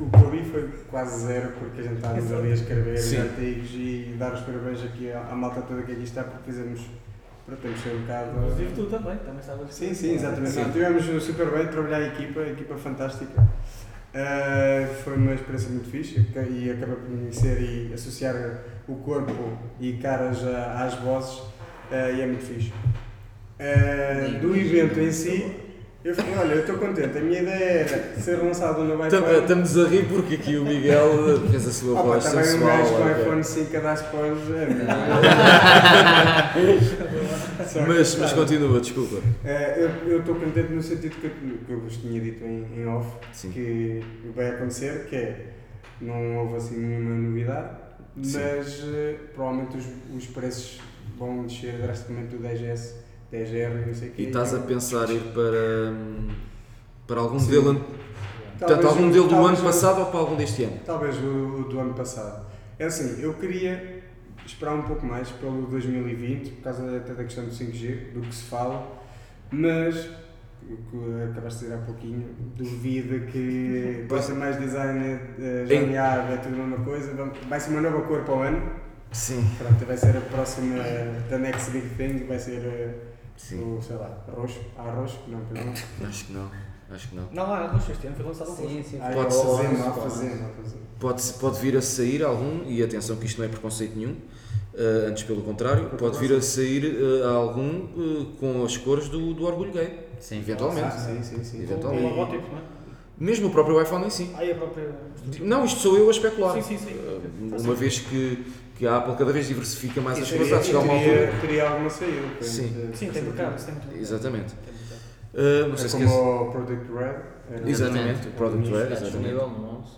S4: o que eu li foi quase zero, porque a gente estávamos ali a escrever os
S1: Sim.
S4: artigos e dar os parabéns aqui à, à malta toda que aqui está, porque fizemos, pronto, temos que ser um
S3: Inclusive
S4: bocado...
S3: tu também, também estavas.
S4: Sim, sim, exatamente.
S1: Sim.
S4: Não, tivemos super bem, trabalhar em equipa, equipa fantástica. Eh, foi uma experiência muito fixe e ca- e acabei por conhecer e associar o corpo e caras a- às vozes eh, e é muito fixe. Eh, do evento em si, eu falei, olha, eu estou contente, a minha ideia era ser lançado no
S1: tam-
S4: iPhone.
S1: Estamos a rir porque aqui o Miguel eh, fez a sua
S4: Ah, pá,
S1: voz
S4: também um
S1: sensual.
S4: gajo com
S1: ok.
S4: iPhone 5 a dar spoilers. é,
S1: [laughs]
S4: Só que-
S1: Mas, mas continua, desculpa.
S4: Eh, eu- eu estou contente no sentido que eu, que eu vos tinha dito em, em off
S1: Sim.
S4: que vai acontecer, que é não houve assim nenhuma novidade,
S1: Sim.
S4: mas eh, provavelmente os, os preços vão descer drasticamente do 10S, 10R e não sei o quê.
S1: E estás a pensar ir para, hum, para algum
S4: Sim.
S1: modelo, an- portanto,
S4: Talvez
S1: algum
S4: o-
S1: modelo do
S4: talvez um-
S1: ano
S4: o-
S1: passado ou para algum deste ano?
S4: Talvez o, o do ano passado. É assim, eu queria esperar um pouco mais pelo 2020, por causa até da questão do 5G, do que se fala, mas o que acabaste de dizer há pouquinho, duvido
S1: [laughs]
S4: que vai ser mais design eh,
S1: Em-
S4: joneado, é tudo a mesma coisa, Vamos- vai ser uma nova cor para o ano,
S1: Sim,
S4: pronto, vai ser a
S1: [laughs]
S4: próxima, da next big thing, vai ser eh,
S1: sim.
S4: o, sei lá, roxo, ah, roxo, não, perdão,
S1: Acho que não. Acho que não.
S3: Não, há roxo este ano, foi lançado um roxo.
S2: sim.
S4: ah,
S1: Pode
S4: é
S1: ser
S4: fazenda,
S1: roxo,
S4: ah, fazenda, ah, fazenda.
S1: Pode, pode vir a sair algum, e atenção que isto não é preconceito nenhum, eh, antes pelo contrário, pode vir a sair eh, algum eh, com as cores do, do orgulho gay.
S9: Sim.
S1: Eventualmente.
S4: Ah, sim, sim, sim.
S3: Com
S1: Eventualmente.
S3: o logótipo, não é?
S1: Mesmo o próprio iPhone em si.
S3: Aí a própria.
S1: Não, isto sou eu a especular.
S3: Sim, sim, sim. é
S1: Eh, Uma vez que, que a Apple cada vez diversifica mais as
S4: Teria-
S1: coisas, há de chegar a uma altura.
S4: teria, teria alguma saída. pois,
S1: Sim.
S4: eh,
S3: Sim, tem mercado, isso tem muito mercado.
S1: Exatamente.
S3: Tem mercado.
S1: Eh, não sei
S4: É
S1: se
S4: como
S1: queres-
S4: o Product Red. eh, era-
S1: Exatamente, o Product Red,
S2: Está
S1: exatamente.
S2: disponível no 11.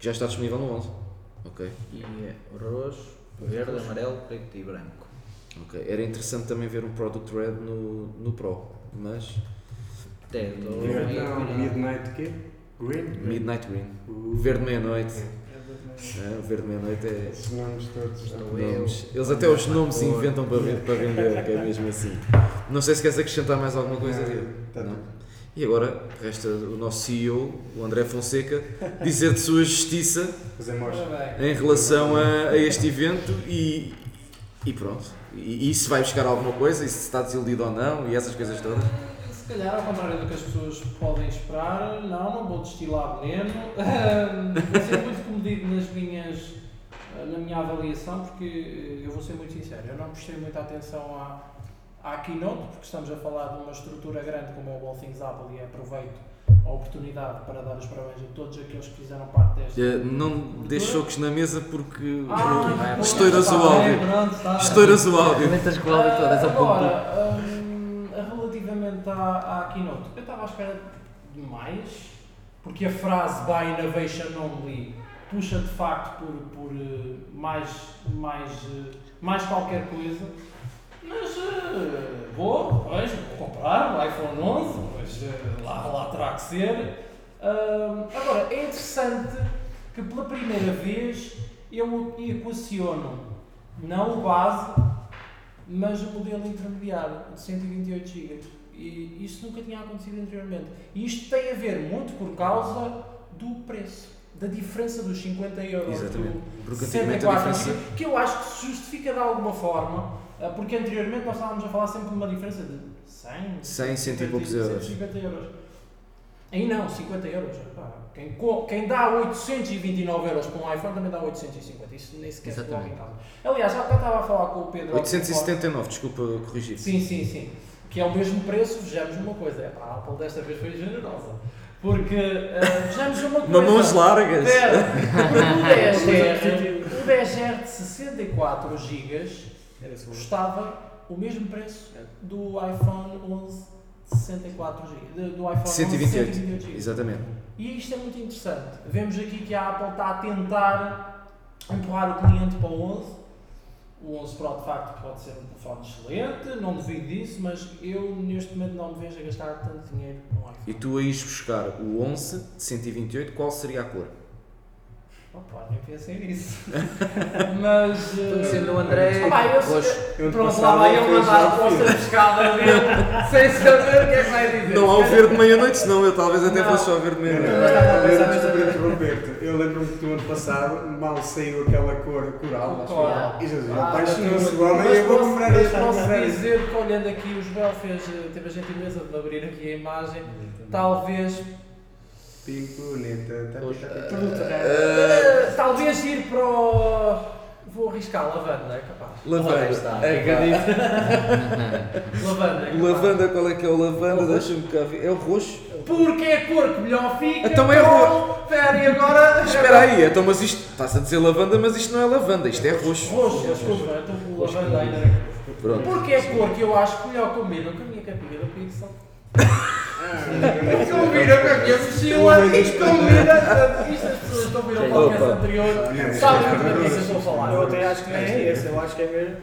S1: Já está disponível no 11. Ok,
S2: E é roxo, verde, amarelo, preto e branco.
S1: ok. Era interessante também ver um Product Red no, no Pro, mas
S2: Teto,
S4: Verde, não, Então, Midnight quê? Green?
S1: Midnight Green. O
S4: Uh,
S1: verde meia-noite. É, o verde meia-noite é.
S4: Esses nomes todos.
S1: Nomes. Eles até os nomes inventam para, ver- para vender, que é mesmo assim. Não sei se queres acrescentar mais alguma coisa, Diego.
S4: tá
S1: Não?
S4: tudo.
S1: E agora resta o nosso CEO, o André Fonseca, dizer de sua justiça
S4: Fazer mostra.
S1: em relação a, a este evento e, e pronto. E, e se vai buscar alguma coisa, e se está desiludido ou não, e essas coisas todas.
S5: Se calhar, ao contrário do que as pessoas podem esperar, não, não vou destilar veneno. [laughs] vou ser muito comedido nas minhas, na minha avaliação, porque eh, eu vou ser muito sincero, eu não prestei muita atenção à, à keynote, porque estamos a falar de uma estrutura grande como é o All Things Apple e aproveito a oportunidade para dar os parabéns a todos aqueles que fizeram parte desta.
S1: Eh, Não deixe socos na mesa porque
S5: Ah,
S1: o- estouras o áudio. Estouras o áudio.
S9: Comentas com o áudio toda, só para
S5: Agora, Ah, hum, relativamente à, à keynote, eu estava à espera de mais, porque a frase by innovation only puxa de facto por, por eh, mais, mais, eh, mais qualquer coisa. Mas eh, vou, vejo, vou comprar o iPhone 11, mas eh, lá, lá terá que ser. Hum, agora, é interessante que pela primeira vez eu equaciono não o base, mas o modelo intermediário de 128 GB. E isto nunca tinha acontecido anteriormente. E isto tem a ver muito por causa do preço, da diferença dos 50 euros
S1: Exatamente.
S5: do
S1: Porque é antigamente a
S5: 64
S1: diferença-
S5: GB, assim, que eu acho que se justifica de alguma forma, ah, porque anteriormente nós estávamos a falar sempre de uma diferença de 100,
S1: 100, 100 e poucos
S5: 150
S1: euros.
S5: 150 euros. Aí não, 50 euros. pá. Quem, co- quem dá 829 euros para um iPhone também dá 850. Isso nem sequer se coloca em
S9: Exatamente.
S5: casa. Aliás, já estava a falar com o Pedro.
S1: 879, desculpa corrigir.
S5: Sim, sim, sim. Que é o mesmo preço, vejamos uma coisa. É, pá, a Apple desta vez foi generosa. Porque ah, vejamos uma coisa.
S1: [laughs] Mamões largas.
S5: Espera, porque o 10R, o 10R de 60
S10: 64 GB
S5: Era só.
S10: custava o mesmo preço do iPhone 11 de 64 GB, do iPhone
S1: 128.
S10: 128. 128 GB.
S1: Exatamente.
S10: E isto é muito interessante. Vemos aqui que a Apple está a tentar empurrar o cliente para o 11. O 11 Pro, de facto, pode ser um telefone excelente, não duvido disso, mas eu neste momento não me vejo a gastar tanto dinheiro no iPhone.
S1: E tu a ires buscar o 11 de 128, qual seria a cor?
S10: Opa, nem pensei nisso.
S1: [laughs]
S10: mas. eh,
S2: Conhecendo o André,
S10: opá, eu-
S2: roxo.
S6: Eu
S10: Pronto, lá
S6: passava
S10: vai ele
S6: aqueles
S10: mandar a
S6: lá
S10: resposta
S6: frio.
S10: pescada
S4: [laughs]
S10: dele, sem saber o que é que vai dizer.
S1: Não há o verde meia-noite, senão eu talvez até
S10: Não.
S1: fosse só verde
S6: Não, não,
S1: meia-noite.
S6: Eu descobri interromper-te. Eu lembro-me que no ano passado mal saiu aquela cor coral. acho
S10: Coral.
S6: eu. E Jesus,
S10: Ah,
S6: apaixonou-se
S10: mas-
S6: o homem e
S10: mas
S6: eu vou
S10: posso-
S6: comprar
S10: mas
S6: esta.
S10: Posso
S6: comprar esta.
S10: dizer que olhando aqui os belfes, eh, teve a gentileza de abrir aqui a imagem, talvez.
S6: Pico, neta, tá, tá, tá, tá.
S1: Ah.
S10: eh, talvez ir para o. Vou arriscar, lavanda, é capaz.
S4: Ora,
S1: Lavanda. É,
S4: está.
S1: Acredito.
S10: Lavanda, é capaz.
S1: Lavanda, qual é que é o lavanda? Deixa-me cá ver. É o roxo?
S10: Porque é a cor que melhor fica.
S1: Então é
S10: com-
S1: roxo.
S10: Espera, e agora.
S1: Espera aí, então, mas isto. Estás a dizer lavanda, mas isto não é lavanda, isto é roxo.
S10: Roxo, desculpa, eu estou com o lavanda ainda. né?
S1: Pronto.
S10: Porque é a cor que eu acho que melhor combina com a minha capinha do Pixel.
S6: Ah,
S10: Combina com a minha mochila, isto combina tanto. Isto as pessoas estão a ouvir o podcast
S1: Opa.
S10: anterior,
S6: Olha,
S10: sabem muito
S6: olha,
S10: bem do que
S6: olha,
S10: eu estou a falar.
S5: Eu até acho que não é esse, eu acho que é mesmo.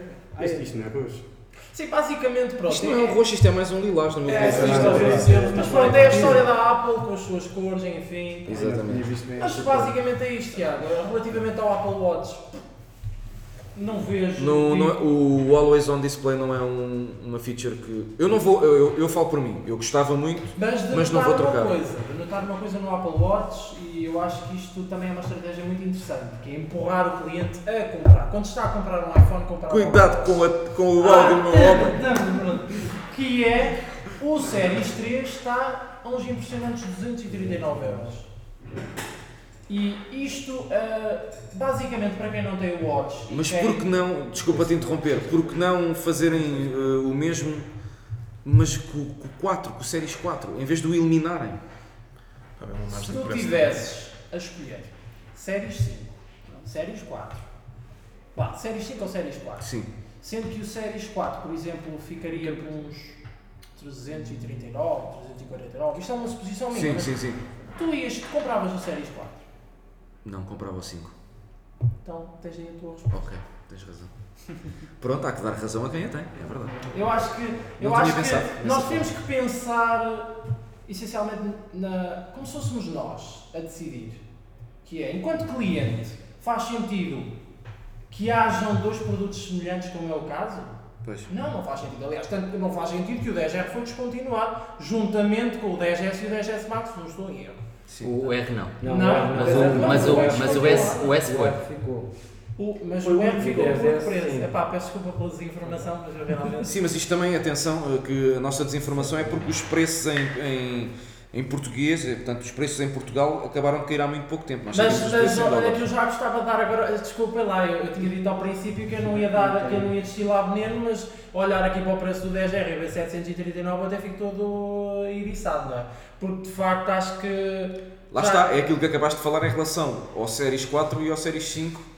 S6: Isto isto não é roxo.
S10: Sim, basicamente, pronto.
S1: Isto não é um roxo, isto é mais um lilás, no meu
S10: É,
S1: ver.
S10: sim, isto talvez
S6: Exatamente.
S10: seja, mas pronto, é a história da Apple com as suas cores, enfim.
S1: Exatamente.
S6: Eu tinha visto bem
S10: Mas
S6: esta cor.
S10: basicamente é isto, Tiago. Relativamente ao Apple Watch, não vejo.
S1: Não, não é- o Always On Display não é um- uma feature que. Eu não vou. Eu, eu, eu falo por mim, eu gostava muito.
S10: Mas de
S1: Mas não
S10: notar
S1: vou
S10: uma
S1: trocar.
S10: coisa, de notar uma coisa no Apple Watch e eu acho que isto também é uma estratégia muito interessante, que é empurrar o cliente a comprar. Quando está a comprar um iPhone, comprar
S1: Cuidado com, a- com o
S10: Ah.
S1: áudio, meu homem.
S10: homem. Que é o Series 3 está a uns impressionantes 239 euros. E isto, ah, basicamente, para quem não tem o Watch, e
S1: Mas
S10: quem-
S1: por que não. Desculpa te interromper, por que não fazerem eh, o mesmo, mas com, com o 4, com o Series 4, em vez de o eliminarem?
S3: Está bem, uma
S10: Se
S3: margem de
S10: tu
S3: preço.
S10: tivesses a escolher séries 5, séries 4, vá, séries 5 ou séries 4,
S1: Sim.
S10: sendo que o séries 4, por exemplo, ficaria por uns 339, 349, isto é uma suposição minha,
S1: Sim,
S10: mas
S1: sim, sim.
S10: tu ias, compravas o séries 4,
S1: Não, comprava o 5.
S10: então tens aí a tua resposta.
S1: Ok, tens
S10: [laughs]
S1: razão. Pronto, há que dar razão a quem a tem, é verdade.
S10: Eu acho que, eu
S1: Não tinha
S10: acho
S1: pensado
S10: que
S1: nessa
S10: nós
S1: forma.
S10: temos que pensar essencialmente na, como se fôssemos nós a decidir. Que é, enquanto cliente, faz sentido que hajam dois produtos semelhantes, como é o caso?
S1: Pois.
S10: Não, não faz sentido. Aliás, tanto que não faz sentido que o 10R foi descontinuado juntamente com o 10S e o 10S Max, não estou em erro.
S4: O R não.
S10: Não,
S4: Mas
S10: é
S4: o, mas o, mas o, S, o S
S7: O
S4: foi.
S7: R ficou.
S10: O, mas
S7: Foi
S10: o R
S7: o
S10: ficou por
S7: 10S,
S10: preço.
S7: sim.
S10: Epá, peço desculpa pela desinformação, mas eu realmente...
S1: Sim, mas isto também, atenção, eh, que a nossa desinformação é porque os preços em, em, em português, eh, portanto, os preços em Portugal acabaram de cair há muito pouco tempo. Nós sabemos
S10: Mas,
S1: os
S10: mas
S1: preços em
S10: olha, que
S1: dólares.
S10: eu já gostava de dar agora. Desculpem lá, eu, eu tinha dito ao princípio que eu não ia dar, que eu não ia destilar veneno, mas olhar aqui para o preço do 10 RB 739 eu até fico todo iriçado, não é? Porque de facto acho que.
S1: Lá
S10: já
S1: está, é aquilo que acabaste de falar em relação ao Séries 4 e ao Séries 5.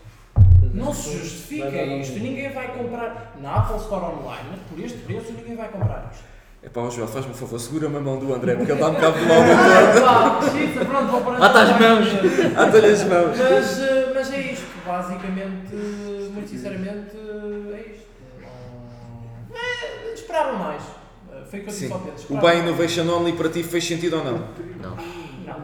S10: Não se justifica
S7: Vai dar um-
S10: isto, ninguém vai comprar. Na Apple Store Online, mas por este preço ninguém vai comprar isto.
S1: Epá, ó Joel, faz-me um favor, segura-me a mão do André, porque ele dá-me cabo do [laughs] mal
S10: Ah, pá, chita, pronto, vou parar
S4: Mata as
S10: de falar
S4: mãos.
S10: aqui.
S1: Ata-lhe as mãos.
S10: Mas, eh, mas é isto, basicamente, eh, muito sinceramente, eh, é isto. Não- Eh, Esperaram mais. Eh, Foi o que eu disse
S1: Sim.
S10: ao Pedro.
S1: O
S10: esperaram
S1: Buy
S10: mais.
S1: Innovation Only para ti fez sentido ou não?
S4: Não.
S10: Não.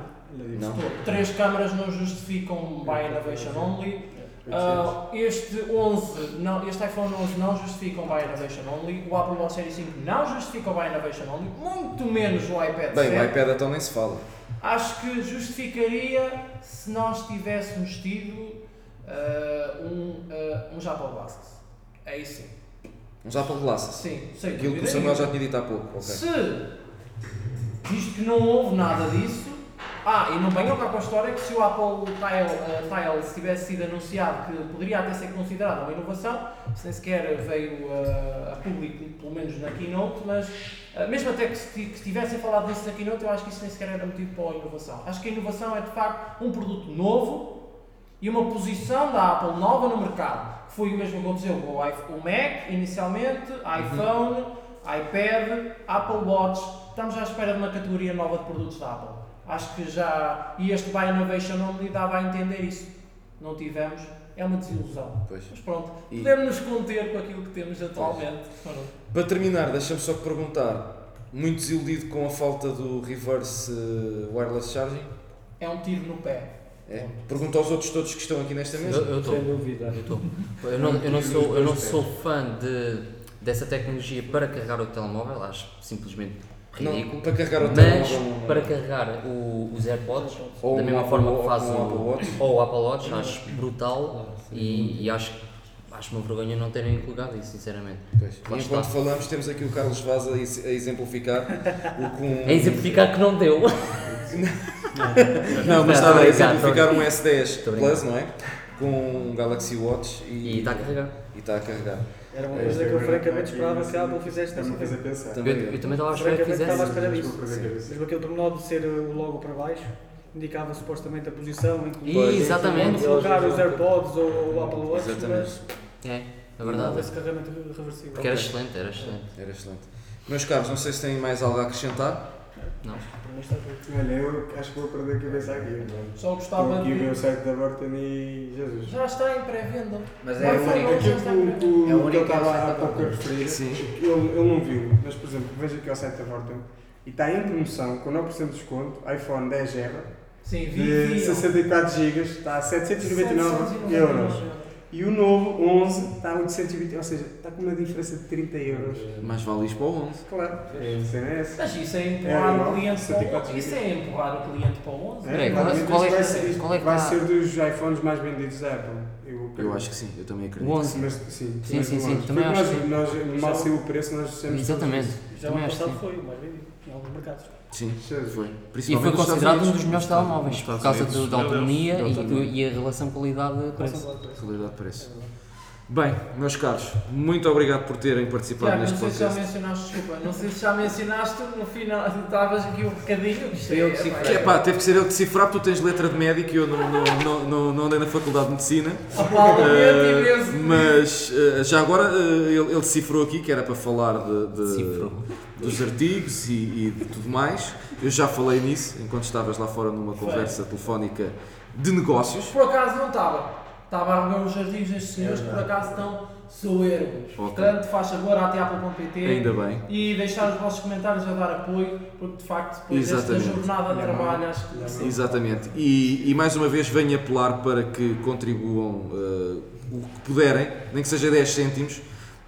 S1: Não.
S10: Três câmaras não justificam um buy innovation only. Ah, este 11, não, este iPhone 11 não justifica um buy innovation only. O Apple Watch Series 5 não justifica um buy innovation only. Muito menos o iPad
S1: Bem,
S10: 7.
S1: o iPad então nem se fala.
S10: Acho que justificaria se nós tivéssemos tido ah, um, ah, um Apple Glasses. É isso.
S1: Uns Apple Glasses.
S10: Sim, sei
S1: Aquilo que o Samuel já tinha dito há pouco. ok.
S10: Se, visto que não houve nada disso, ah, e não venham cá com a história que se o Apple Tile, ah, Tiles tivesse sido anunciado que poderia até ser considerado uma inovação, se nem sequer veio ah, a público, pelo menos na Keynote, mas ah, mesmo até que, se ti- que tivessem falado disso na Keynote, eu acho que isso nem sequer era motivo para a inovação. Acho que a inovação é de facto um produto novo, e uma posição da Apple nova no mercado, que foi o mesmo que aconteceu com o iPhone- o Mac inicialmente, iPhone, iPad, Apple Watch. Estamos à espera de uma categoria nova de produtos da Apple. Acho que já. E este Buy Innovation não me dava a entender isso. Não tivemos. É uma desilusão.
S1: Pois.
S10: Mas pronto,
S1: E-
S10: podemos nos conter com aquilo que temos atualmente.
S1: Para terminar, deixa-me só perguntar. Muito desiludido com a falta do reverse eh, wireless charging?
S10: É um tiro no pé.
S1: É. Pergunta aos outros todos que estão aqui nesta mesa.
S4: Eu estou.
S7: Sem dúvida.
S4: Eu, tô. eu, não, eu, não sou, eu não sou fã de, dessa tecnologia para carregar o telemóvel, acho simplesmente ridículo.
S1: Não, para carregar o
S4: mas
S1: telemóvel, não- é.
S4: para carregar o, os AirPods,
S1: Ou
S4: da
S1: um
S4: mesma
S1: Apple
S4: forma
S1: Watch,
S4: que faz
S1: ou um
S4: o,
S1: Apple Watch.
S4: ou o Apple Watch, acho brutal e, e acho, acho uma vergonha não terem colocado isso, sinceramente.
S1: Pois.
S4: Lá
S1: E
S4: está.
S1: enquanto falamos, temos aqui o Carlos Vaz a, ex- a exemplificar o um com.
S4: É exemplificar que não deu.
S1: Não, mas
S4: Não,
S1: estava
S4: tô
S1: a
S4: a brincar,
S1: exemplificar
S4: tô
S1: um
S4: a
S1: S10
S4: Tô a brincar.
S1: Plus, não é? Com um Galaxy
S4: E
S1: Watch
S4: tá
S1: e
S4: está a carregar.
S1: e está a carregar.
S5: Era uma
S3: é
S5: coisa é que eu francamente esperava que a Apple fizesse
S6: É uma
S5: nessa
S6: coisa
S5: vez.
S6: a pensar.
S4: Eu,
S1: Também é.
S4: eu
S1: eu.
S4: também estava à espera que
S5: Francamente estava à
S4: fizesse.
S5: espera
S6: Mesmo
S5: disso.
S6: para ver isso.
S5: Mas aquele pormenor de ser eh, o logo para baixo indicava supostamente a posição em que
S4: E, exatamente.
S5: onde colocar os AirPods ou o Apple Watch,
S1: Exatamente.
S4: É, a
S5: mas não
S4: verdade.
S5: esse carregamento reversível.
S4: Porque era excelente, era excelente.
S1: Era excelente. Meus caros, não sei se têm mais algo a acrescentar.
S4: Não.
S5: Para mim está tudo.
S6: Olha, eu acho que vou perder a cabeça aqui. mano. Estou
S10: Só gostava
S6: aqui o meu
S10: de.
S6: site da Burton e Jesus.
S10: Já está em pré-venda.
S2: Mas
S10: Vai
S2: é
S10: fazer
S2: único.
S10: um
S6: Aquilo
S10: já
S6: que,
S10: está
S6: o-
S2: É a
S6: o que eu
S2: única
S6: estava
S2: que
S6: há
S2: aceita
S6: pouco a referir,
S1: Sim.
S6: ele, ele não viu, mas por exemplo, veja aqui ao site da Vorten e está em promoção com 9% de desconto, iPhone 10R
S10: Sim, vi.
S6: de
S10: vi.
S6: 64 GB, está a 799 euros. E o novo 11 está a 820, ou seja, está com uma diferença de 30 euros.
S1: Mais vale isto para o 11.
S6: Claro, é isso, é essa.
S10: Mas isso é
S6: É,
S10: empurrar
S6: não,
S10: o cliente para o
S6: 64
S10: 11. Isso é empurrar o cliente para o 11.
S4: Peraí, qual é-
S6: mas
S4: qual é
S6: isto vai
S4: que-
S6: ser- isto
S4: qual é que
S6: vai
S4: está-
S6: ser dos iPhones mais vendidos da Apple? Eu,
S1: Eu
S6: acredito.
S1: acho que sim, eu também
S4: O
S1: acredito.
S4: 11.
S6: Mas, sim,
S4: Sim, sim, sim,
S6: Porque
S4: também acho
S6: nós,
S4: que sim.
S6: nós, mal saiu o preço, nós dissemos.
S4: Exatamente.
S5: Já
S4: Também
S5: o
S4: assim.
S5: ano
S4: acho que
S5: passado
S4: sim.
S5: foi o mais vendido em alguns mercados.
S1: Sim,
S6: Jesus.
S1: foi.
S4: E foi
S1: Principalmente nos Estados
S4: considerado um
S1: Unidos.
S4: dos melhores telemóveis por
S3: Estados
S4: causa
S3: Unidos.
S4: do- da
S3: Meu Deus.
S4: autonomia
S1: Da
S4: e, do-
S1: autonomia.
S4: e a relação qualidade-preço.
S1: Qualidade de preço. Bem, meus caros, muito obrigado por terem participado
S10: Tiago,
S1: neste
S10: não sei se é já
S1: podcast.
S10: mencionaste, desculpa, não sei se já mencionaste no final, estavas aqui um bocadinho. que isto
S2: Fui eu que
S10: é,
S2: cifrei.
S10: pá,
S1: Que, epá, teve que ser eu que decifrar, tu tens letra de médico e eu não, não, não, não, não andei na faculdade de medicina.
S10: A Paula
S1: Eh,
S10: mente imenso.
S1: mas eh, já agora eh, ele, ele decifrou aqui que era para falar de, de-
S4: Decifrou.
S1: dos artigos e, e de tudo mais. Eu já falei nisso enquanto estavas lá fora numa conversa telefónica de negócios.
S10: Por acaso não estava. Estava a rever os artigos destes
S1: É
S10: senhores que por acaso estão soerbos. Portanto, faz favor, até Apple.pt
S1: Ainda bem.
S10: e deixar os vossos comentários a dar apoio, porque de facto depois desta
S1: Exatamente.
S10: jornada de trabalho acho que
S1: Exatamente. E, e mais uma vez venho apelar para que contribuam eh, o que puderem, nem que seja 10 cêntimos,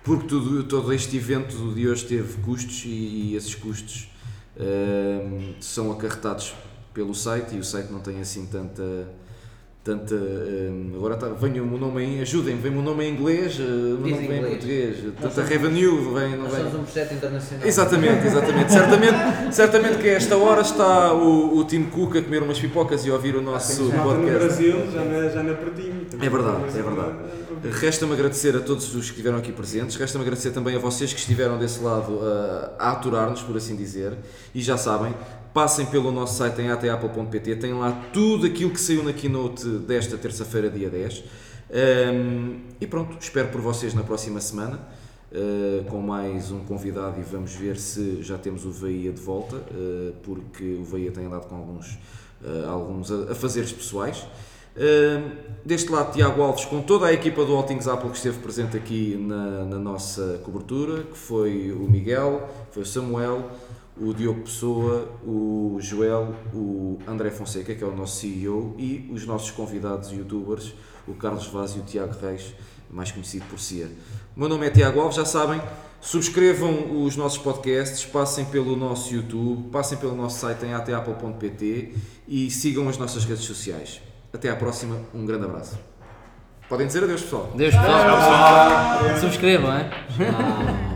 S1: porque tudo, todo este evento de hoje teve custos e, e esses custos eh, são acarretados pelo site e o site não tem assim tanta. tanta eh, agora tá, venho o meu nome em. ajudem-me, vem o meu nome em inglês, eh, o meu
S2: Diz
S1: nome vem em
S2: inglês.
S1: português, eh, tanta
S2: somos-
S1: revenue, vem, não
S2: Nós
S1: vem.
S2: somos um projeto internacional.
S1: Exatamente, exatamente. certamente, certamente que a esta hora está o, o Tim Cook a comer umas pipocas e a ouvir o nosso
S6: Já no
S1: podcast.
S6: Brasil, já na, já na Pertinho.
S1: É verdade, é verdade. Resta-me agradecer a todos os que estiveram aqui presentes, resta-me agradecer também a vocês que estiveram desse lado ah, a aturar-nos, por assim dizer. E já sabem, passem pelo nosso site em atapple.pt, tem lá tudo aquilo que saiu na keynote desta terça-feira, dia 10. Ahm, e pronto, espero por vocês na próxima semana. Uh, com mais um convidado e vamos ver se já temos o Veia de volta, uh, porque o Veia tem andado com alguns, uh, alguns a- afazeres pessoais. Uh, deste lado, Tiago Alves, com toda a equipa do All Things Apple que esteve presente aqui na, na nossa cobertura, que foi o Miguel, foi o Samuel, o Diogo Pessoa, o Joel, o André Fonseca, que é o nosso CEO, e os nossos convidados youtubers, o Carlos Vaz e o Tiago Reis, mais conhecido por Cia. O meu nome é Tiago Alves, já sabem, subscrevam os nossos podcasts, passem pelo nosso YouTube, passem pelo nosso site em atapple.pt e sigam as nossas redes sociais. Até à próxima, um grande abraço. Podem dizer adeus, pessoal.
S4: Deus, pessoal. Subscrevam, é?